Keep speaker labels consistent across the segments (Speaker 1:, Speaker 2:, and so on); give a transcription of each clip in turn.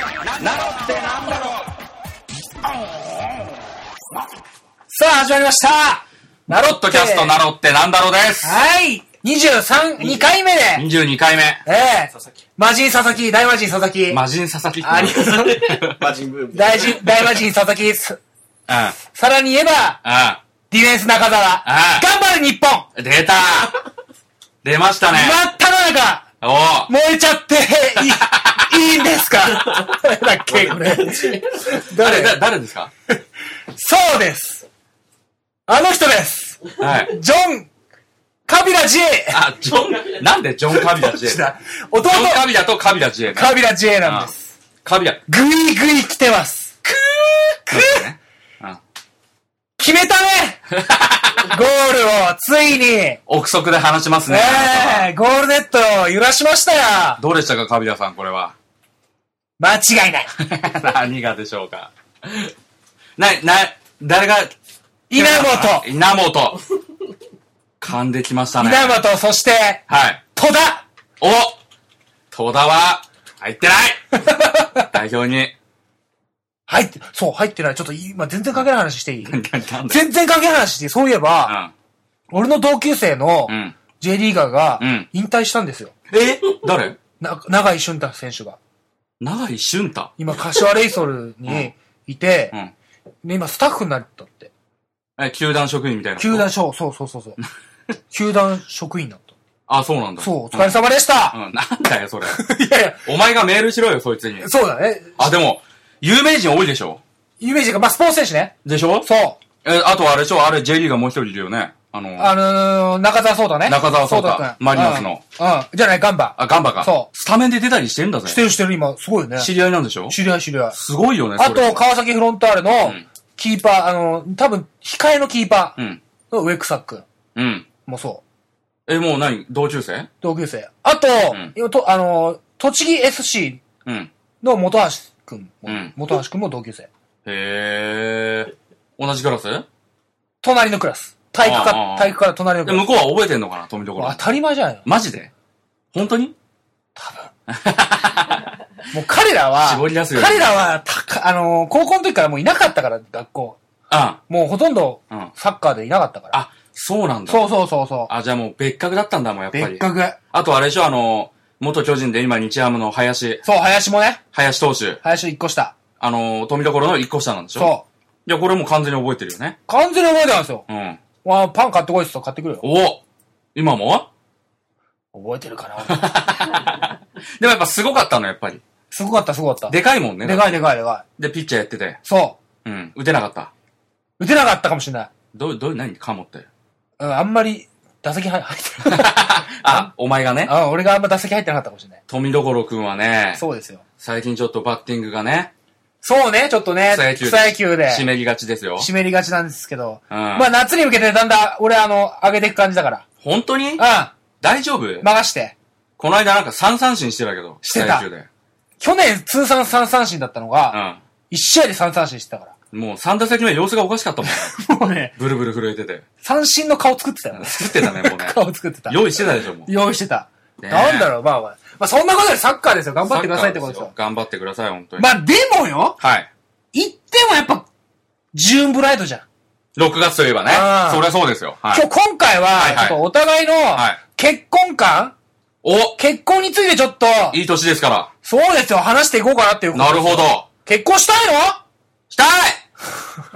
Speaker 1: ってなんだろ
Speaker 2: さあ、始まりました
Speaker 1: ナロットキャストナロってなんだろうです。
Speaker 2: はい、23、2回目で、
Speaker 1: 22回目。
Speaker 2: ええ魔人佐々木、大魔人佐々木。
Speaker 1: 魔人佐々木。
Speaker 2: ありがとう。
Speaker 3: マジンブーム。
Speaker 2: 大人大魔人佐々木。す
Speaker 1: うん。うん。
Speaker 2: さらに言えば、ディフェンス中澤。頑張る日本
Speaker 1: うん。出た出ましたね。
Speaker 2: 真っ只中
Speaker 1: おお
Speaker 2: 燃えちゃってい い、いいんですか誰だっけこれ。誰
Speaker 1: 誰、だ誰ですか
Speaker 2: そうですあの人です
Speaker 1: はい。
Speaker 2: ジョン・カビラ・ジエ
Speaker 1: あ、ジョン、なんでジョン・カビラ J? ジョン・
Speaker 2: 弟、
Speaker 1: カビラとカビラ J ね。
Speaker 2: カビラ・ジエなんです。
Speaker 1: カビラ。
Speaker 2: ぐいぐい来てます。くー
Speaker 1: ね
Speaker 2: 決めた ねゴールを、ついに、え
Speaker 1: 憶測で話しますね。
Speaker 2: えゴールネットを揺らしましたよ
Speaker 1: どうでしたか、カビラさん、これは。
Speaker 2: 間違いない。
Speaker 1: 何がでしょうか。な、な、誰が、
Speaker 2: 稲本、
Speaker 1: 稲本。噛んできましたね。
Speaker 2: 稲本、そして、
Speaker 1: はい。
Speaker 2: 戸田
Speaker 1: お戸田は、入ってない 代表に。
Speaker 2: 入って、そう、入ってない。ちょっと今全然関係ない話していい
Speaker 1: なんだよ
Speaker 2: 全然関係ない話していいそういえば、俺の同級生の
Speaker 1: うん。うん。
Speaker 2: J リーガーが
Speaker 1: うん
Speaker 2: 引退したんですよ。
Speaker 1: え誰
Speaker 2: な、長井俊太選手が。
Speaker 1: 長井俊太。
Speaker 2: 今、柏レイソルにいて
Speaker 1: う、ん。
Speaker 2: ね今スタッフになったって。
Speaker 1: え、球団職員みたいなこと。
Speaker 2: 球団賞、そうそうそうそう。 球団職員だった。
Speaker 1: あ、そうなんだ。
Speaker 2: そう、お疲れ様でした
Speaker 1: う、ん。うん、なんだよ、それ。
Speaker 2: いやいや、
Speaker 1: お前がメールしろよ、そいつに。
Speaker 2: そうだね。
Speaker 1: あ、でも、有名人多いでしょ
Speaker 2: 有名人が、まあ、スポーツ選手ね。
Speaker 1: でしょ
Speaker 2: そう。
Speaker 1: え、あとあれでしょあれ、J リーがもう一人いるよね。あの、
Speaker 2: あのー、中澤壮太ね。
Speaker 1: 中澤壮太
Speaker 2: 君
Speaker 1: マリノスの。
Speaker 2: うん。うんじゃない、ガンバ。
Speaker 1: あ、ガンバか。
Speaker 2: そう
Speaker 1: スタメンで出たりしてんだぜ。
Speaker 2: してるしてる、今、すごいよね。
Speaker 1: 知り合いなんでしょ
Speaker 2: 知り合い知り合い。
Speaker 1: すごいよね、
Speaker 2: あ
Speaker 1: それ
Speaker 2: と、川崎フロンターレの
Speaker 1: ん、
Speaker 2: キーパー、あのー、多分、控えのキーパ
Speaker 1: う
Speaker 2: ー
Speaker 1: ん。
Speaker 2: の植草君
Speaker 1: うん。
Speaker 2: もそう。
Speaker 1: え、もう何同級生
Speaker 2: 同級生。あと
Speaker 1: ん、
Speaker 2: 今とあのー、栃木 SC
Speaker 1: うん。
Speaker 2: の本橋君も
Speaker 1: うん
Speaker 2: 本橋君も同級生。
Speaker 1: へえ。同じクラスえ
Speaker 2: 隣のクラス。体育
Speaker 1: あ
Speaker 2: か
Speaker 1: あ、
Speaker 2: 体育から隣のクラス
Speaker 1: 向。こうは覚えてんのかな富所。
Speaker 2: 当たり前じゃないの
Speaker 1: マジで本当に
Speaker 2: もう彼らは、
Speaker 1: 絞り出すよね
Speaker 2: 彼らはたか、あのー高校の時からもういなかったから、学校。
Speaker 1: あ
Speaker 2: もうほとんど
Speaker 1: うん、
Speaker 2: サッカーでいなかったから。
Speaker 1: あ、そうなんだ。
Speaker 2: そうそうそうそう。
Speaker 1: あ、じゃあもう別格だったんだもん、やっぱ
Speaker 2: 別
Speaker 1: り。
Speaker 2: 格。
Speaker 1: あとあれでしょあの、元巨人で今日ハムの林、
Speaker 2: そう、林もね、
Speaker 1: 林投手。
Speaker 2: 林一個下。
Speaker 1: あの、富所の一個下なんでしょ
Speaker 2: そ
Speaker 1: いや、これもう完全に覚えてるよね。
Speaker 2: う。完全に覚えてますよ。
Speaker 1: うん。
Speaker 2: わあ、パン買ってこいっすと買ってくるよ。
Speaker 1: お今も
Speaker 2: 覚えてるか な
Speaker 1: でもやっぱすごかったの、やっぱり。
Speaker 2: すごかった、すごかった。
Speaker 1: でかいもんね。
Speaker 2: でかいでかいでか
Speaker 1: で、ピッチャーやってて
Speaker 2: い。。そ
Speaker 1: うん。打てなかった。
Speaker 2: う。打てなかったかもしれない。
Speaker 1: どう、どう、何か もって。
Speaker 2: うん、あんまり、打席入 入ってな
Speaker 1: あ、お前がね。
Speaker 2: い。うん、俺があんま打席入ってなかったかもしれない。
Speaker 1: 富所くんはね、
Speaker 2: そうですよ。
Speaker 1: 最近ちょっとバッティングがね、
Speaker 2: そうね、ちょっとね、
Speaker 1: 草野球で
Speaker 2: 草野球で。
Speaker 1: 湿りがちですよ。
Speaker 2: 湿りがちなんですけど。
Speaker 1: うん
Speaker 2: まあ夏に向けてだんだん、俺あの、上げていく感じだから。
Speaker 1: 本当に
Speaker 2: う
Speaker 1: 大丈夫
Speaker 2: ん。任して。
Speaker 1: この間なんか3三振してたけど、
Speaker 2: してた
Speaker 1: 草野球で。
Speaker 2: 去年通算3三振だったのが、1試合で3三振してたか
Speaker 1: うん。もう3打席目様子がおかしかっ たもん。
Speaker 2: ら。もうね、
Speaker 1: ブルブル震えてて。
Speaker 2: 三振の顔作ってたよ。。
Speaker 1: 作ってたね、もうね
Speaker 2: 顔作ってた。
Speaker 1: 用意してたでしょ、もう。
Speaker 2: 用意してた。
Speaker 1: ねえ
Speaker 2: なんだろう、まあまあ。まあそんなことでサッカーですよ。頑張ってくださいってことです
Speaker 1: サ
Speaker 2: よ
Speaker 1: ッ。カー頑張ってください、本当に。
Speaker 2: まあでもよ、
Speaker 1: はい。
Speaker 2: 言ってもやっぱ、ジューンブライドじゃん。
Speaker 1: 6月といえばね
Speaker 2: あ。ー
Speaker 1: そりゃそうですよ。はい。
Speaker 2: 今日今回はち
Speaker 1: はい、
Speaker 2: ょ
Speaker 1: はい
Speaker 2: っとお互いの
Speaker 1: はい
Speaker 2: 結婚観
Speaker 1: お
Speaker 2: 結婚についてちょっと、
Speaker 1: いい年ですから。
Speaker 2: そうですよ、話していこうかなっていうことで
Speaker 1: な
Speaker 2: す
Speaker 1: る
Speaker 2: よ
Speaker 1: ほど。
Speaker 2: 結婚したいの
Speaker 1: した い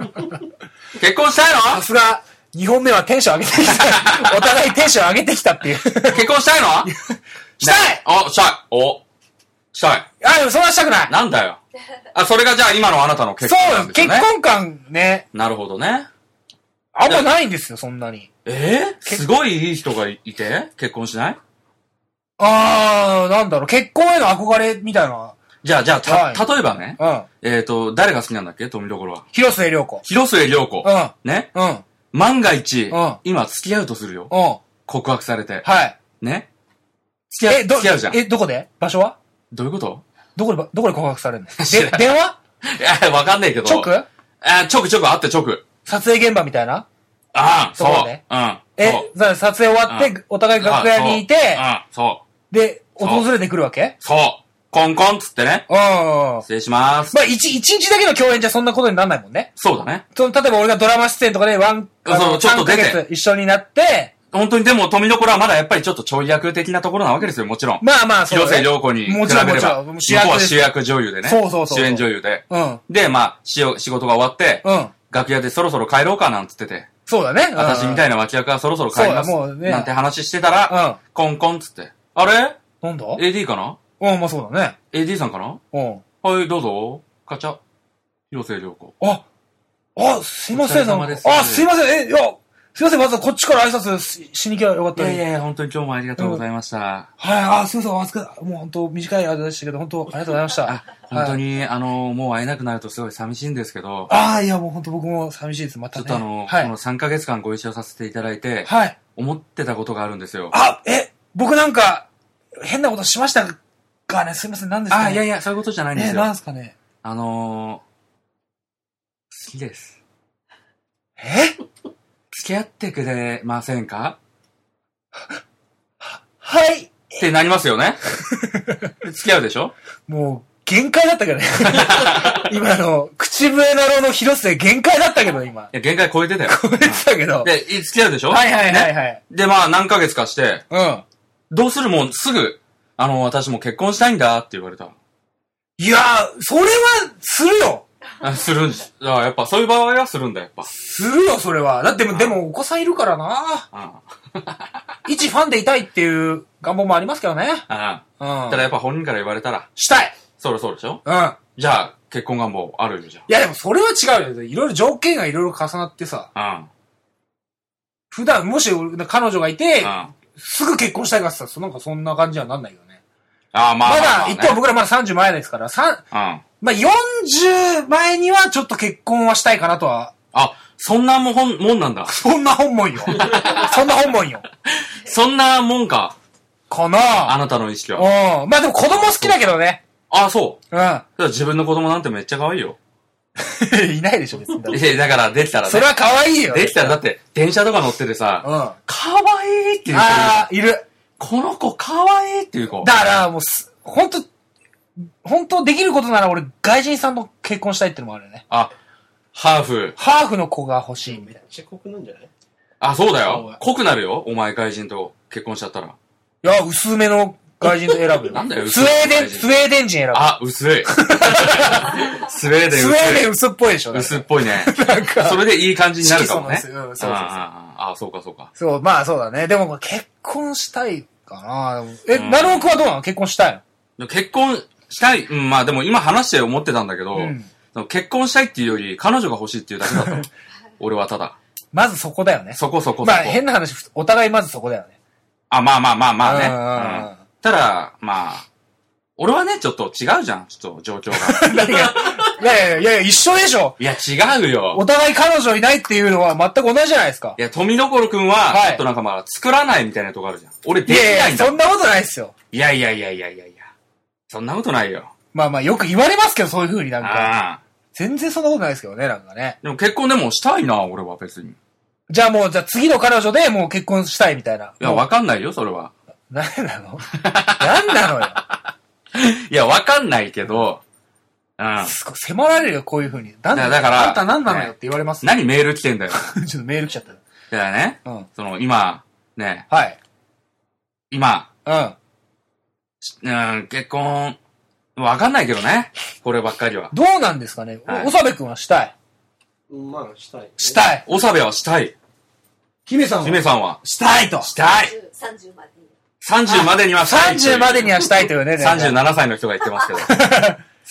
Speaker 1: 結婚したい
Speaker 2: さ
Speaker 1: の
Speaker 2: すが、2本目はテンション上げてき た。お互いテンション上げてきたっていう。
Speaker 1: 結婚 したいの
Speaker 2: したい
Speaker 1: お、したいお、したい。
Speaker 2: あ、でもそんなしたくない。
Speaker 1: なんだよ。あ、それがじゃあ今のあなたの結
Speaker 2: そ
Speaker 1: 婚なん
Speaker 2: う、
Speaker 1: で
Speaker 2: 結
Speaker 1: すよね。
Speaker 2: 婚観ね、
Speaker 1: なるほどね。
Speaker 2: あんまないんですよ、そんなに。
Speaker 1: えー、すごいいい人がいて結婚しない
Speaker 2: あー、なんだろう、結婚への憧れみたいな。
Speaker 1: じゃあ、じゃあ、た、
Speaker 2: はい
Speaker 1: 例えばね。
Speaker 2: うん。
Speaker 1: えっ、と、誰が好きなんだっけ富所は。
Speaker 2: 広末涼子。
Speaker 1: 広末涼子。
Speaker 2: うん。
Speaker 1: ね。
Speaker 2: うん。うん。
Speaker 1: 万が一、
Speaker 2: うん
Speaker 1: 今付き合うとするよ。
Speaker 2: は
Speaker 1: 告白されて。
Speaker 2: い。
Speaker 1: ね。付き合う、
Speaker 2: ど
Speaker 1: 付き合うじゃん。
Speaker 2: え、どこで場所は
Speaker 1: どういうこと
Speaker 2: どこでば、どこで告白されるの
Speaker 1: 知
Speaker 2: で
Speaker 1: らない
Speaker 2: 電話
Speaker 1: いや、わかんないけど。
Speaker 2: 直
Speaker 1: あ、直直、あって直。
Speaker 2: 撮影現場みたいな
Speaker 1: ああ、そう。
Speaker 2: そうね
Speaker 1: うん。
Speaker 2: え
Speaker 1: そう、
Speaker 2: だから撮影終わっ
Speaker 1: う
Speaker 2: て、お互い楽屋にいて、
Speaker 1: あそう
Speaker 2: で、訪れてくるわけ
Speaker 1: そう。そう。コンコンっつってね。
Speaker 2: うんうんうん。
Speaker 1: 失礼します。
Speaker 2: まあ、一、一日だけの共演じゃそんなことにならないもんね。
Speaker 1: そうだね。
Speaker 2: その、例えば俺がドラマ出演とかでワン、あ
Speaker 1: そう
Speaker 2: の
Speaker 1: ちょっと
Speaker 2: 3ヶ
Speaker 1: 出て
Speaker 2: 月一緒になって、
Speaker 1: 本当にでも、富所はまだやっぱりちょっとちょい役的なところなわけですよ、もちろん。
Speaker 2: まあまあ、そう
Speaker 1: 広
Speaker 2: だ
Speaker 1: 瀬
Speaker 2: ね。
Speaker 1: 良子に比べれば。
Speaker 2: もちろんもちろんもう主
Speaker 1: 主
Speaker 2: 役で
Speaker 1: 役
Speaker 2: す
Speaker 1: は主役女優でね。
Speaker 2: そうそうそうそう
Speaker 1: 主演女優で。
Speaker 2: うん。
Speaker 1: で、まあ、しよ仕事が終わって、
Speaker 2: うん。
Speaker 1: 楽屋でそろそろ帰ろうかなんつってて、
Speaker 2: そうだね。うん
Speaker 1: 私みたいな脇役はそろそろ帰ります。
Speaker 2: そうだもうね
Speaker 1: なんて話してたら、コンコンっつって。あれ
Speaker 2: なんだ
Speaker 1: ?AD かな
Speaker 2: うん、まあそうだね。
Speaker 1: ?AD さんかな
Speaker 2: うん。
Speaker 1: はい、どうぞ。ガチャ。広瀬良子。
Speaker 2: あ、あ、すいません、
Speaker 1: お疲れ
Speaker 2: なん
Speaker 1: 様
Speaker 2: か
Speaker 1: です
Speaker 2: あ、すいません、え、いや、すいません、まずはこっちから挨拶ししに行きゃよかっ
Speaker 1: い
Speaker 2: たの
Speaker 1: や
Speaker 2: に
Speaker 1: いやいや、本当に今日もありがとうございました。
Speaker 2: はい、あ、すいません、お疲れ、もう本当短い間でしたけど、本当ありがとうございました。
Speaker 1: あ、本当に、あの、もう会えなくなるとすごい寂しいんですけど、
Speaker 2: ああ、いや、もう本当僕も寂しいです、また
Speaker 1: ちょ
Speaker 2: ね。
Speaker 1: っとあの、
Speaker 2: は
Speaker 1: この
Speaker 2: い。
Speaker 1: 3ヶ月間ご一緒させていただいて、
Speaker 2: はい。
Speaker 1: 思ってたことがあるんですよ。
Speaker 2: あ、え、僕なんか、変なことしましたかね、すいません、何ですか、ね、
Speaker 1: あ、いやい
Speaker 2: や、
Speaker 1: や、そういうことじゃないんで
Speaker 2: え、
Speaker 1: すよ
Speaker 2: 何。ですかね。
Speaker 1: あのー、好きです。
Speaker 2: え
Speaker 1: 付き合ってくれませんか
Speaker 2: はい。
Speaker 1: ってなります よね。で付き合うでしょ
Speaker 2: もう、限界だったけど ね。今の、口笛なろの広瀬限界だったけど、今。
Speaker 1: いや、限界超え てたよ。
Speaker 2: これ言ってたけど。
Speaker 1: で、い付き合うでしょ
Speaker 2: はいはいはい
Speaker 1: ね
Speaker 2: はい。
Speaker 1: で、まあ、何ヶ月かして、
Speaker 2: うん。
Speaker 1: どうするもうすぐ、あの、私もう結婚したいんだって言われた。
Speaker 2: いやー、それは、するよ
Speaker 1: あするんです。あやっぱそういう場合はするんだ、やっぱ。
Speaker 2: するよ、それは。だって、でも、お子さんいるからな
Speaker 1: あ
Speaker 2: 一ファンでいたいっていう願望もありますけどね。
Speaker 1: あ
Speaker 2: うん。
Speaker 1: ただやっぱ本人から言われたら、
Speaker 2: したい
Speaker 1: そろそろでしょ
Speaker 2: うん。い
Speaker 1: じゃあ、結婚願望あるよ、じ
Speaker 2: や、でも、それは違うよ。いろいろ条件がいろいろ重なってさ、
Speaker 1: ゃん。
Speaker 2: 普段、もし俺彼女がいて
Speaker 1: うん。うん。、あ
Speaker 2: すぐ結婚したいかって言ったら、なんかそんな感じにはなんないよね。
Speaker 1: あ、まあま
Speaker 2: ま
Speaker 1: あま
Speaker 2: だ、
Speaker 1: あね
Speaker 2: 言っても僕らまだ30前ですから、三
Speaker 1: うん。
Speaker 2: まあ、40前にはちょっと結婚はしたいかなとは、
Speaker 1: あ、そんなもん、もんなんだ。
Speaker 2: そんな本文 よ。そんな本文よ。
Speaker 1: そんなもんか。
Speaker 2: かな
Speaker 1: あなたの意識は。
Speaker 2: うん。まあでも子供好きだけどね。
Speaker 1: あ、そ
Speaker 2: う
Speaker 1: う。
Speaker 2: ん。
Speaker 1: だから自分の子供なんてめっちゃ可愛いよ。
Speaker 2: いないでしょ、別に。
Speaker 1: いや、だからできたら
Speaker 2: それ
Speaker 1: ね。
Speaker 2: は可愛いよ。
Speaker 1: できたらだって、電車とか乗ってて
Speaker 2: う
Speaker 1: さ、
Speaker 2: ん。あ
Speaker 1: 可愛いっていう子いる
Speaker 2: あー、いる。
Speaker 1: この子可愛いっていう子。
Speaker 2: だから、もうす、本当本当できることなら俺、外人さんと結婚したいってのもあるよね。
Speaker 1: あ、ハーフ。
Speaker 2: ハーフの子が欲しいみたい
Speaker 3: め
Speaker 2: な
Speaker 3: っ。ちゃ濃くなんじゃない
Speaker 1: あ、そうだ
Speaker 3: そう
Speaker 1: よ
Speaker 3: だ。
Speaker 1: 濃くなるよ。お前外人と結婚しちゃったら。
Speaker 2: いや、薄めの外人選ぶよ。
Speaker 1: なんだよ
Speaker 2: スウェーデン、
Speaker 1: 薄い
Speaker 2: スウェーデン人選ぶ。
Speaker 1: あ、薄い。スウェーデン薄い。
Speaker 2: スウェーデン薄っぽいでしょ。だから
Speaker 1: 薄っぽいね。それでいい感じになるかもね。
Speaker 2: 色素なんですようんそうそうそう
Speaker 1: あーあーあー、そうかそうか。
Speaker 2: そう、まあそうだね。でも結婚したいかな。え、
Speaker 1: うん
Speaker 2: なるおくはどうなの結婚したい
Speaker 1: 結婚したい、うん、まあでも今話して思ってたんだけど、
Speaker 2: うん
Speaker 1: その結婚したいっていうより、彼女が欲しいっていうだけだっ たの。俺はただ。
Speaker 2: まずそこだよね。
Speaker 1: そこそこそこ。
Speaker 2: まあ変な話、お互いまずそこだよ ね。
Speaker 1: あ、まあまあまあまあね。
Speaker 2: うん
Speaker 1: うんただ、まあ、俺はね、ちょっと違うじゃん、ちょっと状 況が。
Speaker 2: 何がいやいやいや、一緒でしょ。
Speaker 1: いや、違うよ。
Speaker 2: お互い彼女いないっていうのは全く同じじゃないですか。
Speaker 1: いや、富所くん
Speaker 2: は
Speaker 1: は、
Speaker 2: い
Speaker 1: ちょっとなんかまあ、作らないみたいなとこあるじゃん。俺
Speaker 2: い
Speaker 1: でき
Speaker 2: や
Speaker 1: ない
Speaker 2: や、
Speaker 1: いんだ
Speaker 2: そんなことないですよ。
Speaker 1: いやいやいやいやいやいや。そんなことないよ。
Speaker 2: まあまあ、よく言われますけど、そういう風になんか。
Speaker 1: ああ。
Speaker 2: 全然そんなことないですけどね、なんかね。
Speaker 1: でも結婚でもしたいな、俺は別に。い
Speaker 2: じゃあもう、じゃあ次の彼女でもう結婚したいみたいな。
Speaker 1: や、
Speaker 2: もう
Speaker 1: わかんないよ、それは。
Speaker 2: 何なの何なのよ。
Speaker 1: いや、わかんないけど、うん。
Speaker 2: すごい迫られるよ、こういう風に。だ
Speaker 1: いやだから
Speaker 2: あんた何なのよって言われますね。
Speaker 1: 何メール来てんだよ。
Speaker 2: ちょっとメール来ちゃったよ。
Speaker 1: だからね、
Speaker 2: うん。
Speaker 1: その、今、ね、
Speaker 2: はい。
Speaker 1: 今、
Speaker 2: うん。
Speaker 1: うん、結婚、わかんないけどね。こればっかりは。
Speaker 2: どうなんですかね
Speaker 1: はい
Speaker 2: おさべくんはしたい。
Speaker 3: うん、まあ、したい、ね。
Speaker 2: したい。
Speaker 1: おさべはしたい。
Speaker 2: 姫さん
Speaker 1: 姫
Speaker 2: は
Speaker 1: さんは。
Speaker 2: したいと。
Speaker 1: したい。
Speaker 4: 30までに。
Speaker 1: 30までにはしたいという。
Speaker 2: 30までにはしたいと いうね。全然
Speaker 1: 37歳の人が言って ますけど。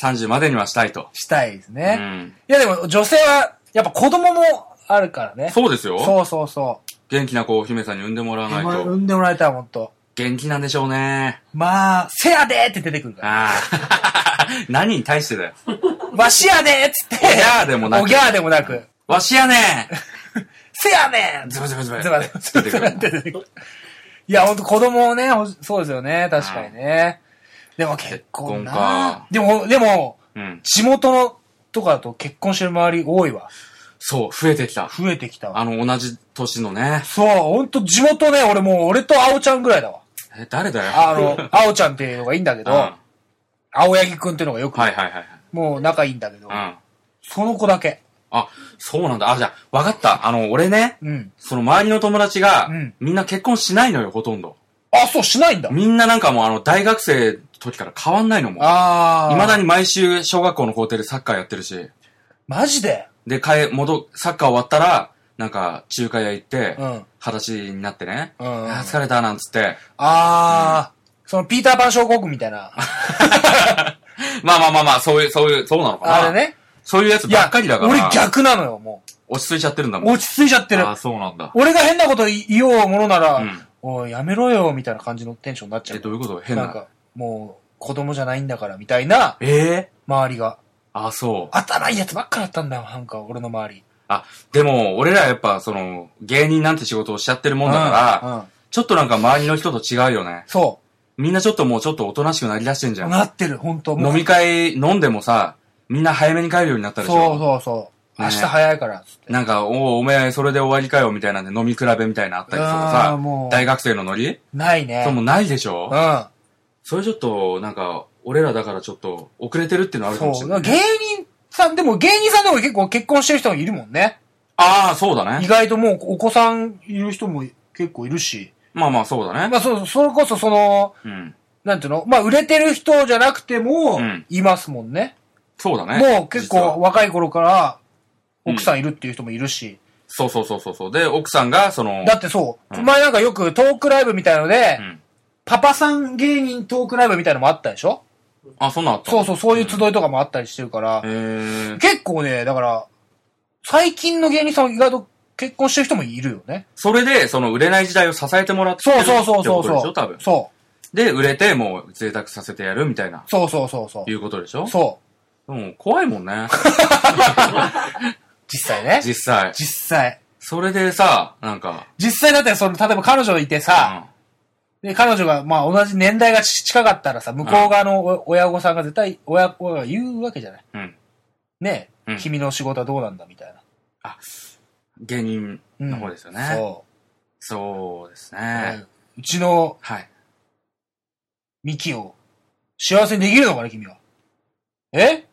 Speaker 1: 30までにはしたいと。
Speaker 2: したいです
Speaker 1: う
Speaker 2: ね。
Speaker 1: ん。
Speaker 2: いやでも女性は、やっぱ子供もあるからね。
Speaker 1: そうですよ。
Speaker 2: そうそうそ
Speaker 1: 元気な子を姫さんに産んでもらわ
Speaker 2: う。
Speaker 1: ないと。
Speaker 2: 産んでもらいたい、ほんと。
Speaker 1: 元気なんでしょうね。
Speaker 2: まあ、せやでーって出てくる から。
Speaker 1: ああ。 何に対してだよ。
Speaker 2: わしやでーっつって。
Speaker 1: おぎゃーでもなく
Speaker 2: おぎゃーでもなく。
Speaker 1: わしやね
Speaker 2: せやねん
Speaker 1: ズブズブズブ。
Speaker 2: ズバズバズバズバって出てくる。いや、ほんと子供をね、ほしそうですよね。確かにね。でも結婚
Speaker 1: 結婚
Speaker 2: な。
Speaker 1: か
Speaker 2: でも、でも、
Speaker 1: うん。
Speaker 2: 地元のとかだと結婚してる周り多いわ。
Speaker 1: そう、増えてきた。
Speaker 2: 増えてきたわ。
Speaker 1: あの、同じ年のね。
Speaker 2: そう、ほんと地元ね、俺もう、俺と青ちゃんぐらいだわ。
Speaker 1: え、誰だよ。
Speaker 2: あの、青ちゃんっていうのがいいんだけど、
Speaker 1: うん
Speaker 2: 青柳くんっていうのがよく、
Speaker 1: はいはいはい。
Speaker 2: もう仲いいんだけど、
Speaker 1: うん。
Speaker 2: その子だけ。
Speaker 1: あ、そうなんだ。あ、じゃあ、わかった。あの、俺ね、
Speaker 2: うん。
Speaker 1: その周りの友達が、
Speaker 2: うん
Speaker 1: みんな結婚しないのよ、ほとんど。
Speaker 2: あ、そう、しないんだ。
Speaker 1: みんななんかもう、あの、大学生の時から変わんないのも。
Speaker 2: ああ。
Speaker 1: 未だ
Speaker 2: に。
Speaker 1: に毎週、小学校の校庭でサッカーやってるし。
Speaker 2: マジで
Speaker 1: で、帰、戻、サッカー終わったら、なんか、中華屋行って
Speaker 2: うん、
Speaker 1: 二十歳になってね、
Speaker 2: うんうんうん
Speaker 1: あー疲れた、なんつって。
Speaker 2: ああ、そのピーターパン症候群みたいな。
Speaker 1: まあまあまあまあ、そういう、そういう、そうなのかな。
Speaker 2: あれ。ね。
Speaker 1: そういうやつ
Speaker 2: いや
Speaker 1: ばっかりだから。
Speaker 2: 俺逆なのよ、も
Speaker 1: 落ち着いちゃってるんだ
Speaker 2: う。
Speaker 1: もん。
Speaker 2: 落ち着いちゃってる
Speaker 1: あ。あ、そうなんだ。
Speaker 2: 俺が変なこと言おうものなら、
Speaker 1: うん
Speaker 2: おい、やめろよ、みたいな感じのテンションになっちゃ
Speaker 1: え、
Speaker 2: う。
Speaker 1: どういうこと変
Speaker 2: なん
Speaker 1: な。
Speaker 2: か、もう、子供じゃないんだから、みたいな、
Speaker 1: ええ
Speaker 2: 周りが。
Speaker 1: ああ、そう。
Speaker 2: 当たらないやつばっかだったんだよ、なんか、俺の周り。
Speaker 1: あ、でも、俺らやっぱ、その、芸人なんて仕事をしちゃってるもんだから、
Speaker 2: うんうん
Speaker 1: ちょっとなんか周りの人と違うよね。
Speaker 2: そ
Speaker 1: みんなちょっともうちょっとおとなしくなりだしてんじ
Speaker 2: う。
Speaker 1: ゃん。
Speaker 2: なってる、本当もう
Speaker 1: 飲み会飲んでもさ、みんな早めに帰るようになったでしょ。
Speaker 2: そうそうそう。
Speaker 1: ね
Speaker 2: 明日早いから、つって。
Speaker 1: なんか、おお、おめえそれで終わりかよ、みたいなんで飲み比べみたいなのあったりとか
Speaker 2: あー
Speaker 1: さ
Speaker 2: も、う
Speaker 1: 大学生のノリ
Speaker 2: ないね。
Speaker 1: そうもうないでし
Speaker 2: う
Speaker 1: ょ
Speaker 2: ん。
Speaker 1: それちょっと、なんか、俺らだからちょっと、遅れてるっていうのあるかもし
Speaker 2: そ
Speaker 1: れ
Speaker 2: う。だ
Speaker 1: ない。
Speaker 2: から芸人さん、でも芸人さんでも結構結婚してる人もいるもんね。
Speaker 1: ああ、そうだ
Speaker 2: 意
Speaker 1: ね。
Speaker 2: 外ともうお子さんいる人も結構いるし。
Speaker 1: まあまあ、そうだね。
Speaker 2: まあそう、それこそその、
Speaker 1: うん。
Speaker 2: なんていうのまあ売れてる人じゃなくても
Speaker 1: うん、
Speaker 2: いますもんね。
Speaker 1: そうだね。
Speaker 2: もう結
Speaker 1: 実は
Speaker 2: 構若い頃から奥さんいるっていう人もいるし。
Speaker 1: そうそうそうそうそう。で、奥さんが、その、
Speaker 2: だってそう、
Speaker 1: うん
Speaker 2: 前なんかよくトークライブみたいので、
Speaker 1: うん
Speaker 2: パパさん芸人トークライブみたいのもあったでしょ
Speaker 1: あ、そんなんあった
Speaker 2: そうそう、そういう集いとかもあったりしてるから、
Speaker 1: へえ。
Speaker 2: 結構ね、だから、最近の芸人さんは意外と結婚してる人もいるよね。
Speaker 1: それで、その、売れない時代を支えてもらって
Speaker 2: そ
Speaker 1: る
Speaker 2: うそうそう
Speaker 1: って
Speaker 2: そ
Speaker 1: こ
Speaker 2: う
Speaker 1: とでし
Speaker 2: そ
Speaker 1: ょ
Speaker 2: う。
Speaker 1: 多分。
Speaker 2: そう。
Speaker 1: で、売れて、もう、贅沢させてやるみたいな、
Speaker 2: そうそうそうそ
Speaker 1: いうことでしょ
Speaker 2: う。そう。
Speaker 1: うん、怖いもん ね。
Speaker 2: 実際ね。
Speaker 1: 実際。
Speaker 2: 実際。
Speaker 1: それでさ、なんか、
Speaker 2: 実際だって、その、例えば彼女いて
Speaker 1: う
Speaker 2: さ、
Speaker 1: ん
Speaker 2: で、彼女が、まあ、同じ年代がち近かったらさ、向こう側のお親御さんが絶対、親子が言うわけじゃない。
Speaker 1: うん。
Speaker 2: ねえ、
Speaker 1: うん
Speaker 2: 君の仕事はどうなんだ、みたいな。
Speaker 1: 芸人の方ですよね。
Speaker 2: そ
Speaker 1: そうです
Speaker 2: う。
Speaker 1: ね。
Speaker 2: うちの
Speaker 1: はい。
Speaker 2: ミキを幸せにできるのかな、君は。え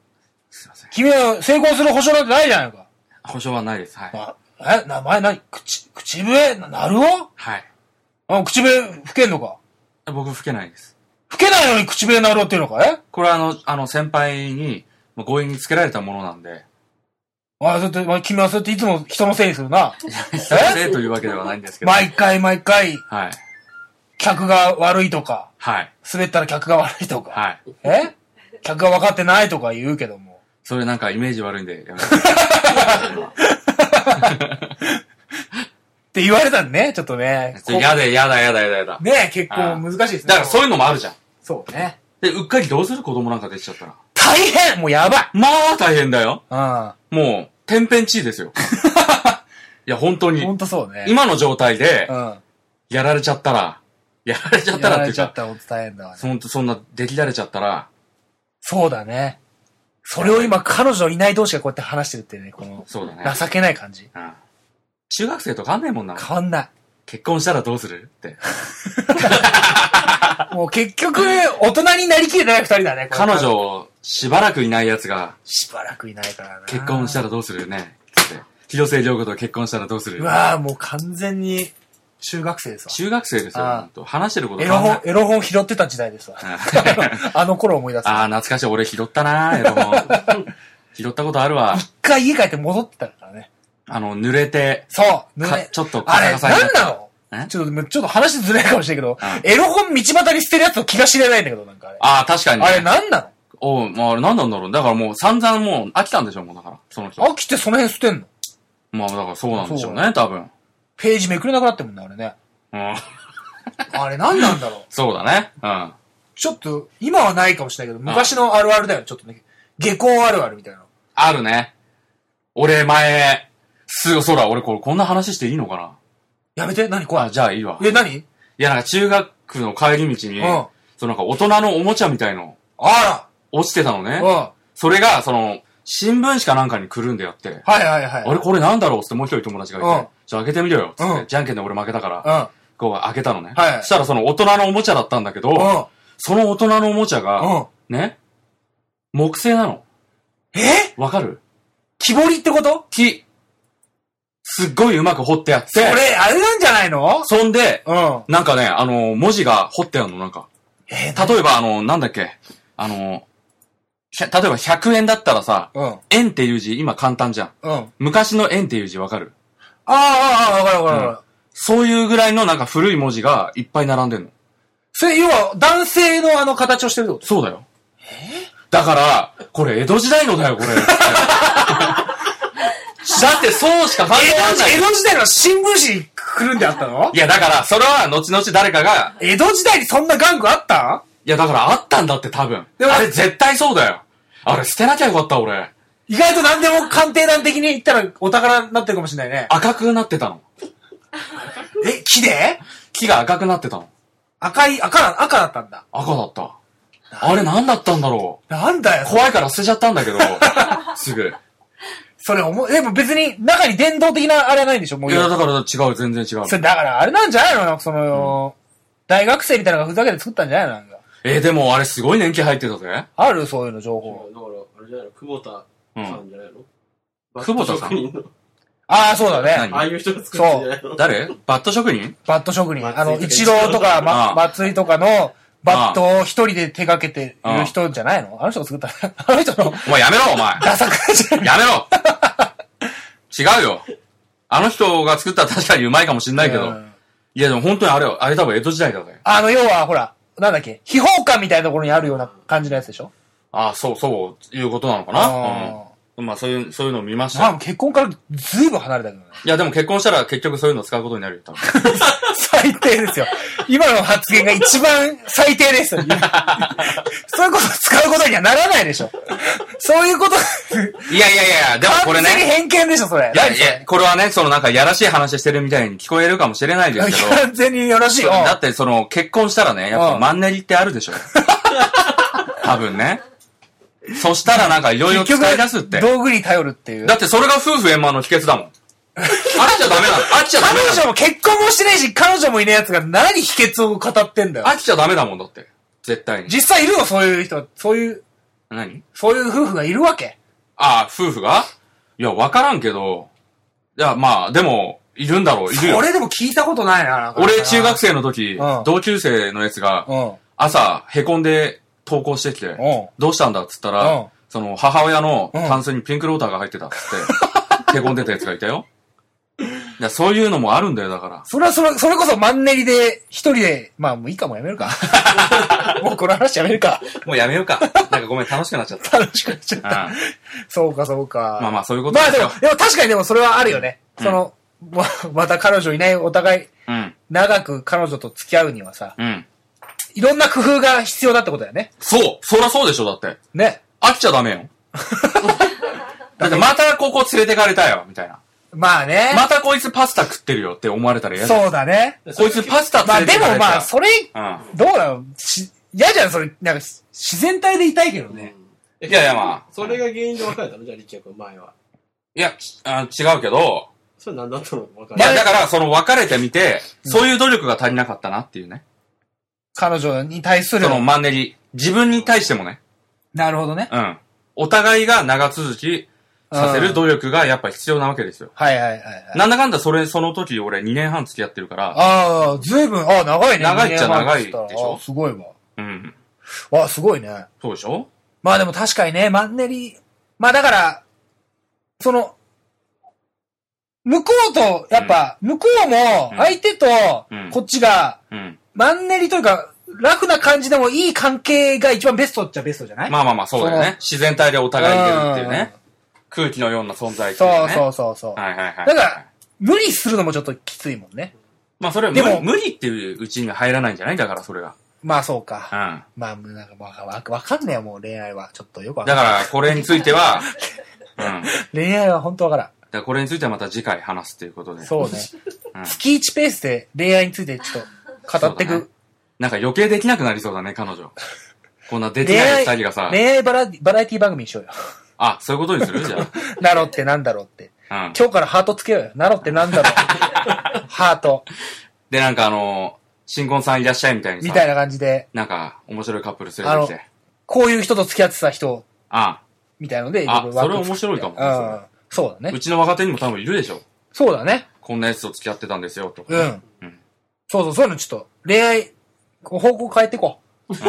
Speaker 1: すいません。
Speaker 2: 君は成功する保証なんてないじゃないか。
Speaker 1: 保証はないです。はい。
Speaker 2: なえ名前何口、口笛ななるお
Speaker 1: はい。
Speaker 2: あ、口笛吹けんのか
Speaker 1: 僕吹けないです。
Speaker 2: 吹けないのに口笛なるおっていうのかえ
Speaker 1: これはあの、あの、先輩に、まあ強引につけられたものなんで、
Speaker 2: あ、そうやって、まあ、君はそうやっていつも人のせいにする な。
Speaker 1: 先生というわけではないんですけど。はい。
Speaker 2: 毎回毎回、客が悪いとか、
Speaker 1: はい。
Speaker 2: 滑ったら客が悪いとか、
Speaker 1: はい。
Speaker 2: え客が分かってないとか言うけども。
Speaker 1: それなんかイメージ悪いんで、やめて
Speaker 2: って言われたんね、ちょっとね。
Speaker 1: ちょやだ、やだ、やだ、やだ、やだ
Speaker 2: こ。ね結構難しいですね。
Speaker 1: だからそういうのもあるじゃん。
Speaker 2: そうね。
Speaker 1: で、うっかりどうする子供なんか出ちゃったら。
Speaker 2: 大変もうやばい
Speaker 1: まあ大変だよ。
Speaker 2: う
Speaker 1: もう、天変地 異ですよ。いや、本当
Speaker 2: ん。ほん
Speaker 1: に。
Speaker 2: とそうね。
Speaker 1: 今の状態で
Speaker 2: う、ん。
Speaker 1: やられちゃったら、やられちゃった
Speaker 2: や
Speaker 1: ら
Speaker 2: ら
Speaker 1: ってい
Speaker 2: れ
Speaker 1: う
Speaker 2: ちゃっ
Speaker 1: か、
Speaker 2: たらほんと大変だわね。
Speaker 1: そんそんな、出来られちゃったら、
Speaker 2: そうだね。それを今、彼女いない同士がこうやって話してるってね、この、
Speaker 1: そうだね。
Speaker 2: 情けない感じ。
Speaker 1: うん中学生と変わんないもんな。
Speaker 2: 変わんない。
Speaker 1: 結婚したらどうする って。
Speaker 2: もう結局、大人になりきれてない二人だね。これ
Speaker 1: 彼女をしばらくいない奴が、
Speaker 2: しばらくいないからな。
Speaker 1: 結婚したらどうするね。つって。広末涼子と結婚したらどうする
Speaker 2: うわぁ、もう完全に、中学生ですわ。
Speaker 1: 中学生ですよ、
Speaker 2: ああ
Speaker 1: ほんと話してること
Speaker 2: エ
Speaker 1: 変
Speaker 2: ロ
Speaker 1: わんな
Speaker 2: 本
Speaker 1: い、
Speaker 2: エロ本拾ってた時代ですわ。 あの頃思い出す。
Speaker 1: ああ、懐かしい。俺拾ったなエロ本。 拾ったことあるわ。
Speaker 2: 一回家帰って戻ってたからね。
Speaker 1: あの、濡れて、
Speaker 2: そう。
Speaker 1: かちょっと
Speaker 2: あれ、
Speaker 1: カサカサにな
Speaker 2: な
Speaker 1: っ
Speaker 2: ん
Speaker 1: た
Speaker 2: なの
Speaker 1: え
Speaker 2: ちょっと、ちょっと話ずれるかもしれないけど、
Speaker 1: う
Speaker 2: エロ本道端に捨てるやつの気が知れないんだけど、なんかあれ。
Speaker 1: ああ、確かに、ね。
Speaker 2: あれ、なんなの
Speaker 1: おう、まあ、あれ何なんだろう。だからもう散々もう飽きたんでしょう、もうだから。その人。
Speaker 2: 飽きてその辺捨てんの
Speaker 1: まあ、だからそうなんでしょう
Speaker 2: そ
Speaker 1: ね、多分。
Speaker 2: ページめくれなくなってるもんね、あれね。
Speaker 1: うん。
Speaker 2: あれ何なんだろう。
Speaker 1: そうだね。うん。
Speaker 2: ちょっと、今はないかもしれないけど、昔のあるあるだよね、ちょっとね。下校あるあるみたいな。
Speaker 1: あるね。俺前、すごい、そうだ、俺これこんな話していいのかな
Speaker 2: やめて、何怖
Speaker 1: あ、
Speaker 2: い。
Speaker 1: じゃあいいわ。い
Speaker 2: え、何
Speaker 1: や、なんか中学の帰り道に、
Speaker 2: うん
Speaker 1: そのなんか大人のおもちゃみたいの
Speaker 2: あ
Speaker 1: 落ちてたの
Speaker 2: ら。
Speaker 1: ね
Speaker 2: うん。。は
Speaker 1: それが、その、新聞紙かなんかにくるんでやって、
Speaker 2: いはいはい。
Speaker 1: あれこれなんだろうっつってもう一人友達がいて、
Speaker 2: うん
Speaker 1: じゃあ開けてみろよっつって、
Speaker 2: うん
Speaker 1: じゃんけんで俺負けたか
Speaker 2: う
Speaker 1: ら、こう開けたのね。
Speaker 2: はい
Speaker 1: そしたらその大人のおもちゃだったんだけど、
Speaker 2: ん。うん。
Speaker 1: その大人のおもちゃが、ね、木製なの。
Speaker 2: え
Speaker 1: わかる
Speaker 2: 木彫りってこと
Speaker 1: 木。すっごいうまく掘ってあって。
Speaker 2: それ、あれなんじゃないの
Speaker 1: そんで、
Speaker 2: うん。
Speaker 1: なんかね、あの、文字が掘ってあるの、なんか。
Speaker 2: え
Speaker 1: 例えば、あの、なんだっけ、あの、ひゃ例えば100円だったらさ、
Speaker 2: うん。うん。
Speaker 1: 円っていう字、今簡単じゃん。
Speaker 2: あ
Speaker 1: 昔の円っていう字わかる
Speaker 2: あ、ああ、わかるわかるわかる。
Speaker 1: そういうぐらいのなんか古い文字がいっぱい並んでんの。
Speaker 2: それ、要は、男性のあの形をしてるってこ
Speaker 1: そうだよ。だから、これ江戸時代のだよ、こ れ。だってそうしか考
Speaker 2: と
Speaker 1: えられない。
Speaker 2: 江戸時代の新聞紙にくるんであったの
Speaker 1: いや、だから、それは後々誰かが、
Speaker 2: 江戸時代にそんな玩具あった
Speaker 1: いや、だからあったんだって多分。
Speaker 2: でも
Speaker 1: あれ絶対そうだよ。あれ捨てなきゃよかった、俺。
Speaker 2: 意外と何でも鑑定団的に言ったらお宝になってるかもしれないね。
Speaker 1: 赤くなってたの。
Speaker 2: え、木で
Speaker 1: 木が赤くなってたの。
Speaker 2: 赤い、赤な、赤だったんだ。
Speaker 1: 赤だった。あれ何だったんだろ
Speaker 2: なんだよ
Speaker 1: う。。怖いから捨てちゃったんだ けど、すぐ。
Speaker 2: それ思う、でも別に中に伝統的なあれはないんでしょもう
Speaker 1: いや、だから違う、全然違う
Speaker 2: そ。れだからあれなんじゃないのなんかその、大学生みたいなのがふざけて作ったんじゃないのなんか。
Speaker 1: えーでもあれすごい年季入ってたぜ。
Speaker 2: あるそういうの情
Speaker 3: だから
Speaker 2: 報。、
Speaker 3: あれじゃないの久保田さんじゃないのバッ
Speaker 1: 久保
Speaker 3: ト
Speaker 1: 田さん
Speaker 3: 職人の
Speaker 2: ああ、そうだね。
Speaker 1: 何
Speaker 3: ああいう人が作ってんじゃないの
Speaker 1: 誰バット職人
Speaker 2: バット職人。あの、
Speaker 3: 松井
Speaker 2: イチローとか、
Speaker 1: あ
Speaker 2: ま、
Speaker 1: あ
Speaker 2: 松井とかのバットを一人で手掛けてる人じゃないのあの人が作ったあの人の
Speaker 1: お前やめろ、お前。
Speaker 2: ダサくじゃない
Speaker 1: やめろ 違うよ。あの人が作ったら確かにうまいかもしんないけ
Speaker 2: う
Speaker 1: ど。
Speaker 2: ん
Speaker 1: いやでも本当にあれよ。あれ多分江戸時代だぜ。
Speaker 2: あの、要は、ほら、なんだっけ、秘宝館みたいなところにあるような感じのやつでしょ
Speaker 1: ああ、そう、そう、いうことなのかな。
Speaker 2: あ
Speaker 1: うん。まあそういう、そういうのを見まし
Speaker 2: ーま
Speaker 1: た
Speaker 2: あ
Speaker 1: よ。
Speaker 2: 結婚からずいぶん離れたけどね。
Speaker 1: いやでも結婚したら結局そういうの使うことになるよ、多分。
Speaker 2: 最低ですよ。今の発言が一番最低 ですよ。そういうこと使うことにはならないでしょ。そういうこと、
Speaker 1: いやいやいや、でもこれ
Speaker 2: 完全に
Speaker 1: ね。
Speaker 2: 偏見でしょ、それ。
Speaker 1: いやいや、これはね、そのなんかやらしい話してるみたいに聞こえるかもしれな いですけど。
Speaker 2: 完全によろしいよ。
Speaker 1: だってその結婚したらね、やっ
Speaker 2: う
Speaker 1: ぱ
Speaker 2: ん
Speaker 1: マンネリってある でしょ。多分ね。そしたらなんかいろいろ使い出すって。
Speaker 2: 道具に頼るっていう。
Speaker 1: だってそれが夫婦円満の秘訣 だもん。あっちゃダメなの。あっちゃダメ
Speaker 2: 彼
Speaker 1: な
Speaker 2: 女
Speaker 1: の。
Speaker 2: も結婚もしてないし、彼女もいない奴が何秘訣を語ってんだよ。
Speaker 1: あっちゃダメだもんだって。絶対に。
Speaker 2: 実際いるよ、そういう人。そういう、
Speaker 1: 何
Speaker 2: そういう夫婦がいるわけ。
Speaker 1: ああ、夫婦がいや、わからんけど。いや、まあ、でも、いるんだろう、いるよ。
Speaker 2: 俺でも聞いたことないな、なんか
Speaker 1: 俺、中学生の時
Speaker 2: うん、
Speaker 1: 同級生のやつが
Speaker 2: う、ん。
Speaker 1: 朝、へこんで投稿してきて
Speaker 2: ん、
Speaker 1: どうしたんだっつった
Speaker 2: うん
Speaker 1: ら、その、母親の
Speaker 2: うん
Speaker 1: タンスにピンクローターが入ってたっつって、へ こんでたやつがいたよ。いや、そういうのもあるんだよ、だから。
Speaker 2: それはそれ、それこそマンネリで、一人で、まあもういいか、もうやめ るか。もうこの話やめるか。
Speaker 1: もうやめようか。なんかごめん、楽しくなっちゃっ
Speaker 2: 楽しくなっちゃった。
Speaker 1: うん
Speaker 2: そうか、そうか。
Speaker 1: まあまあそういうこと
Speaker 2: まあ
Speaker 1: です
Speaker 2: で
Speaker 1: よ
Speaker 2: も、でも確かにでもそれはあるよね。その、ま、また彼女いないお互い、
Speaker 1: うん。
Speaker 2: 長く彼女と付き合うにはさ、
Speaker 1: うん。
Speaker 2: いろんな工夫が必要だってことだよね。
Speaker 1: そうそらそうでしょ、だって。
Speaker 2: ね。
Speaker 1: 飽きちゃダメよ。だってまたここ連れてかれたよ、みたいな。
Speaker 2: まあね。
Speaker 1: またこいつパスタ食ってるよって思われたら嫌だ。
Speaker 2: そうだね。
Speaker 1: こいつパスタ
Speaker 2: まあ
Speaker 1: 連れ
Speaker 2: で
Speaker 1: てか
Speaker 2: も
Speaker 1: れた
Speaker 2: ま
Speaker 1: よ
Speaker 2: あ、。それ、
Speaker 1: う
Speaker 2: どうなのし、嫌じゃん、それ。なんか、し自然体でいたいけどね。
Speaker 1: ん。いやいやまあ。
Speaker 3: それが原因で別れたのじゃあ、力也君、前は。
Speaker 1: いや、ちあ違うけど、
Speaker 3: それ何だったの分か
Speaker 1: いや
Speaker 3: る。
Speaker 1: だからその別れてみて、そういう努力が足りなかったなっていうね。
Speaker 2: 彼女に対する
Speaker 1: そ。のマンネリ。自分に対してもね。
Speaker 2: なるほどね。
Speaker 1: うん。お互いが長続きさせる努力がやっぱ必要なわけですよ。
Speaker 2: はいはいはいはい。
Speaker 1: なんだかんだそれ、その時俺2年半付き合ってるから、
Speaker 2: ああ、ずいぶん、ああ、長いね。
Speaker 1: 長いっちゃ
Speaker 2: 二年半
Speaker 1: 長いでしょ
Speaker 2: って言ったらああすごいわ。
Speaker 1: うん。
Speaker 2: わあ、すごいね。
Speaker 1: そうでしょ
Speaker 2: まあでも確かにね、マンネリ、まあだから、その、向こうと、やっぱ、向こうも、
Speaker 1: うん
Speaker 2: 相手と
Speaker 1: うん、
Speaker 2: こっちが、
Speaker 1: うん。
Speaker 2: マンネリというか、楽な感じでもいい関係が一番ベストっちゃベストじゃない
Speaker 1: まあまあまあ、そうだよ
Speaker 2: その
Speaker 1: ね。自然体でお互いいけるっていうね。空気のような存在ってい
Speaker 2: そう
Speaker 1: ね。
Speaker 2: そうそうそう。
Speaker 1: はいはいは
Speaker 2: だ
Speaker 1: い。
Speaker 2: から、無理するのもちょっときついもんね。
Speaker 1: まあそれは
Speaker 2: で
Speaker 1: 無
Speaker 2: も
Speaker 1: 理無理っていううちには入らないんじゃないだからそれが。
Speaker 2: まあそう
Speaker 1: う
Speaker 2: か。
Speaker 1: ん。
Speaker 2: まあ、なんかわか、わかわかんねえよ、もう恋愛は。ちょっとよくわか
Speaker 1: だ
Speaker 2: んない。
Speaker 1: から、これについ ては、うん。だか
Speaker 2: 恋愛は本当わからん。
Speaker 1: らこれについてはまた次回話すっていうことで。
Speaker 2: そうね。
Speaker 1: うん
Speaker 2: 月1ペースで恋愛についてちょっと語ってい
Speaker 1: そうだ
Speaker 2: く
Speaker 1: ね。なんか余計できなくなりそうだね、彼女。こんな出て
Speaker 2: 恋
Speaker 1: ない
Speaker 2: 愛、
Speaker 1: 二人がさ、
Speaker 2: 恋愛バラバラエティ番組にしようよ。
Speaker 1: あ、そういうことにするじゃ
Speaker 2: なろってなんだろうって。
Speaker 1: あ。うん。
Speaker 2: 今日からハートつけようよ。なろってなん だろう。ハート。
Speaker 1: で、なんかあの、新婚さんいらっしゃいみたいにさ、
Speaker 2: みたいな感じで、
Speaker 1: なんか面白いカップル連れてきて。
Speaker 2: こういう人と付き合ってた人
Speaker 1: あ
Speaker 2: みたいので、い
Speaker 1: あ
Speaker 2: ろいろ枠
Speaker 1: それ面白いかも
Speaker 2: 作ってうん。そうだ
Speaker 1: あ、う
Speaker 2: ね。
Speaker 1: ちの若手にも多分いるでしょ。
Speaker 2: そうだね。
Speaker 1: こんなやつと付き合ってたんですよ、とか。
Speaker 2: うん。そうそう、そういうのちょっと、恋愛、こう方向変えていこ
Speaker 1: うん
Speaker 2: う。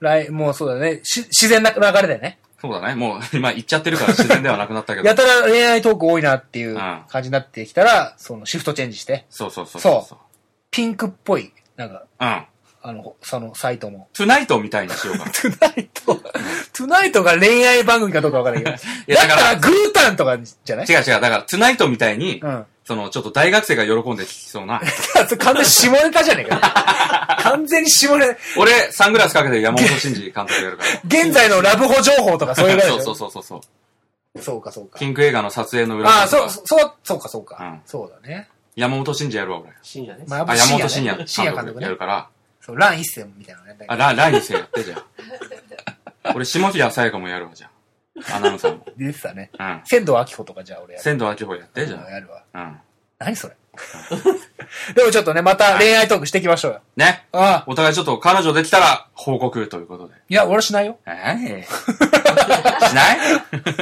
Speaker 2: 来、もうそうだね。し自然な流れでね。
Speaker 1: そうだね。もう、今言っちゃってる から自然ではなくなったけど
Speaker 2: や。たら恋愛トーク多いなっていう
Speaker 1: うん
Speaker 2: 感じになってきたら、そのシフトチェンジして、
Speaker 1: そうそうそう
Speaker 2: そう
Speaker 1: う。
Speaker 2: ピンクっぽい、なんか、
Speaker 1: うん。
Speaker 2: あの、そのサイトも。
Speaker 1: トゥナイトみたいにしよう かな。
Speaker 2: トゥナイト、トゥナイトが恋愛番組かどうかわからないけど。
Speaker 1: い
Speaker 2: だ
Speaker 1: や
Speaker 2: った
Speaker 1: だから
Speaker 2: らグータンとかじゃない
Speaker 1: 違う違う。だから、トゥナイトみたいに、
Speaker 2: うん。
Speaker 1: その、ちょっと大学生が喜んで聞きそうな。
Speaker 2: それ 完全に下ネタじゃねえか。完全に下ネタ。
Speaker 1: 俺、サングラスかけて山本慎二監督やるから。
Speaker 2: 現在のラブホ情報とか そういうぐらいでし
Speaker 1: そ
Speaker 2: ょ
Speaker 1: うそうそうそうそう。
Speaker 2: そうかそうか
Speaker 1: ピ。ンク映画の撮影の裏とか
Speaker 2: ああ、そう、そう、そうかそうか。
Speaker 1: うん
Speaker 2: そうだね。
Speaker 1: 山本慎二やるわ、俺。
Speaker 3: 深夜ね。
Speaker 2: ま
Speaker 1: あ、山本慎
Speaker 2: 也
Speaker 1: 也
Speaker 2: 深夜
Speaker 1: 監
Speaker 2: 監督
Speaker 1: 督や
Speaker 2: ね
Speaker 1: る。から。
Speaker 2: そう、ラン一世みたいなのやったけど
Speaker 1: あ、ラ、ライセやってじゃ ん。俺、下平さやかもやるわ、じゃあ。アナウンサーも。
Speaker 2: 出てたね。
Speaker 1: うん。
Speaker 2: 仙道明子とかじゃあ俺やる。
Speaker 1: 仙道明穂やってじゃ
Speaker 2: やるわ。
Speaker 1: あ。うん。
Speaker 2: 何それ。 でもちょっとね、また恋愛トークしていきましょうよ。
Speaker 1: ね。
Speaker 2: ああ。
Speaker 1: お互いちょっと彼女できたら報告ということで。
Speaker 2: いや、俺しないよ。
Speaker 1: ええしない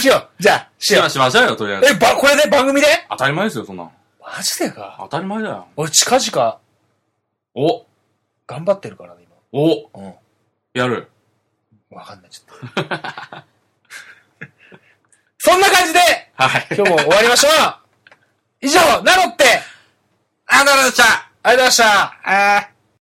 Speaker 2: しよう。じゃあ、し
Speaker 1: し
Speaker 2: よう
Speaker 1: ま。しましょうよ、とりあえず。
Speaker 2: え、ば、これで番組で
Speaker 1: 当たり前ですよ、そんなの。
Speaker 2: マジでか。
Speaker 1: 当たり前だよ。
Speaker 2: 俺近々
Speaker 1: お、
Speaker 2: 頑張ってるからね、
Speaker 1: お、
Speaker 2: 今。うん。
Speaker 1: やる。
Speaker 2: わかんない、ちょっと。 そんな感じで、
Speaker 1: はい。
Speaker 2: 今日も終わりましょう以上、ナロって、
Speaker 1: アナルちゃん
Speaker 2: ありがとうございました
Speaker 1: あー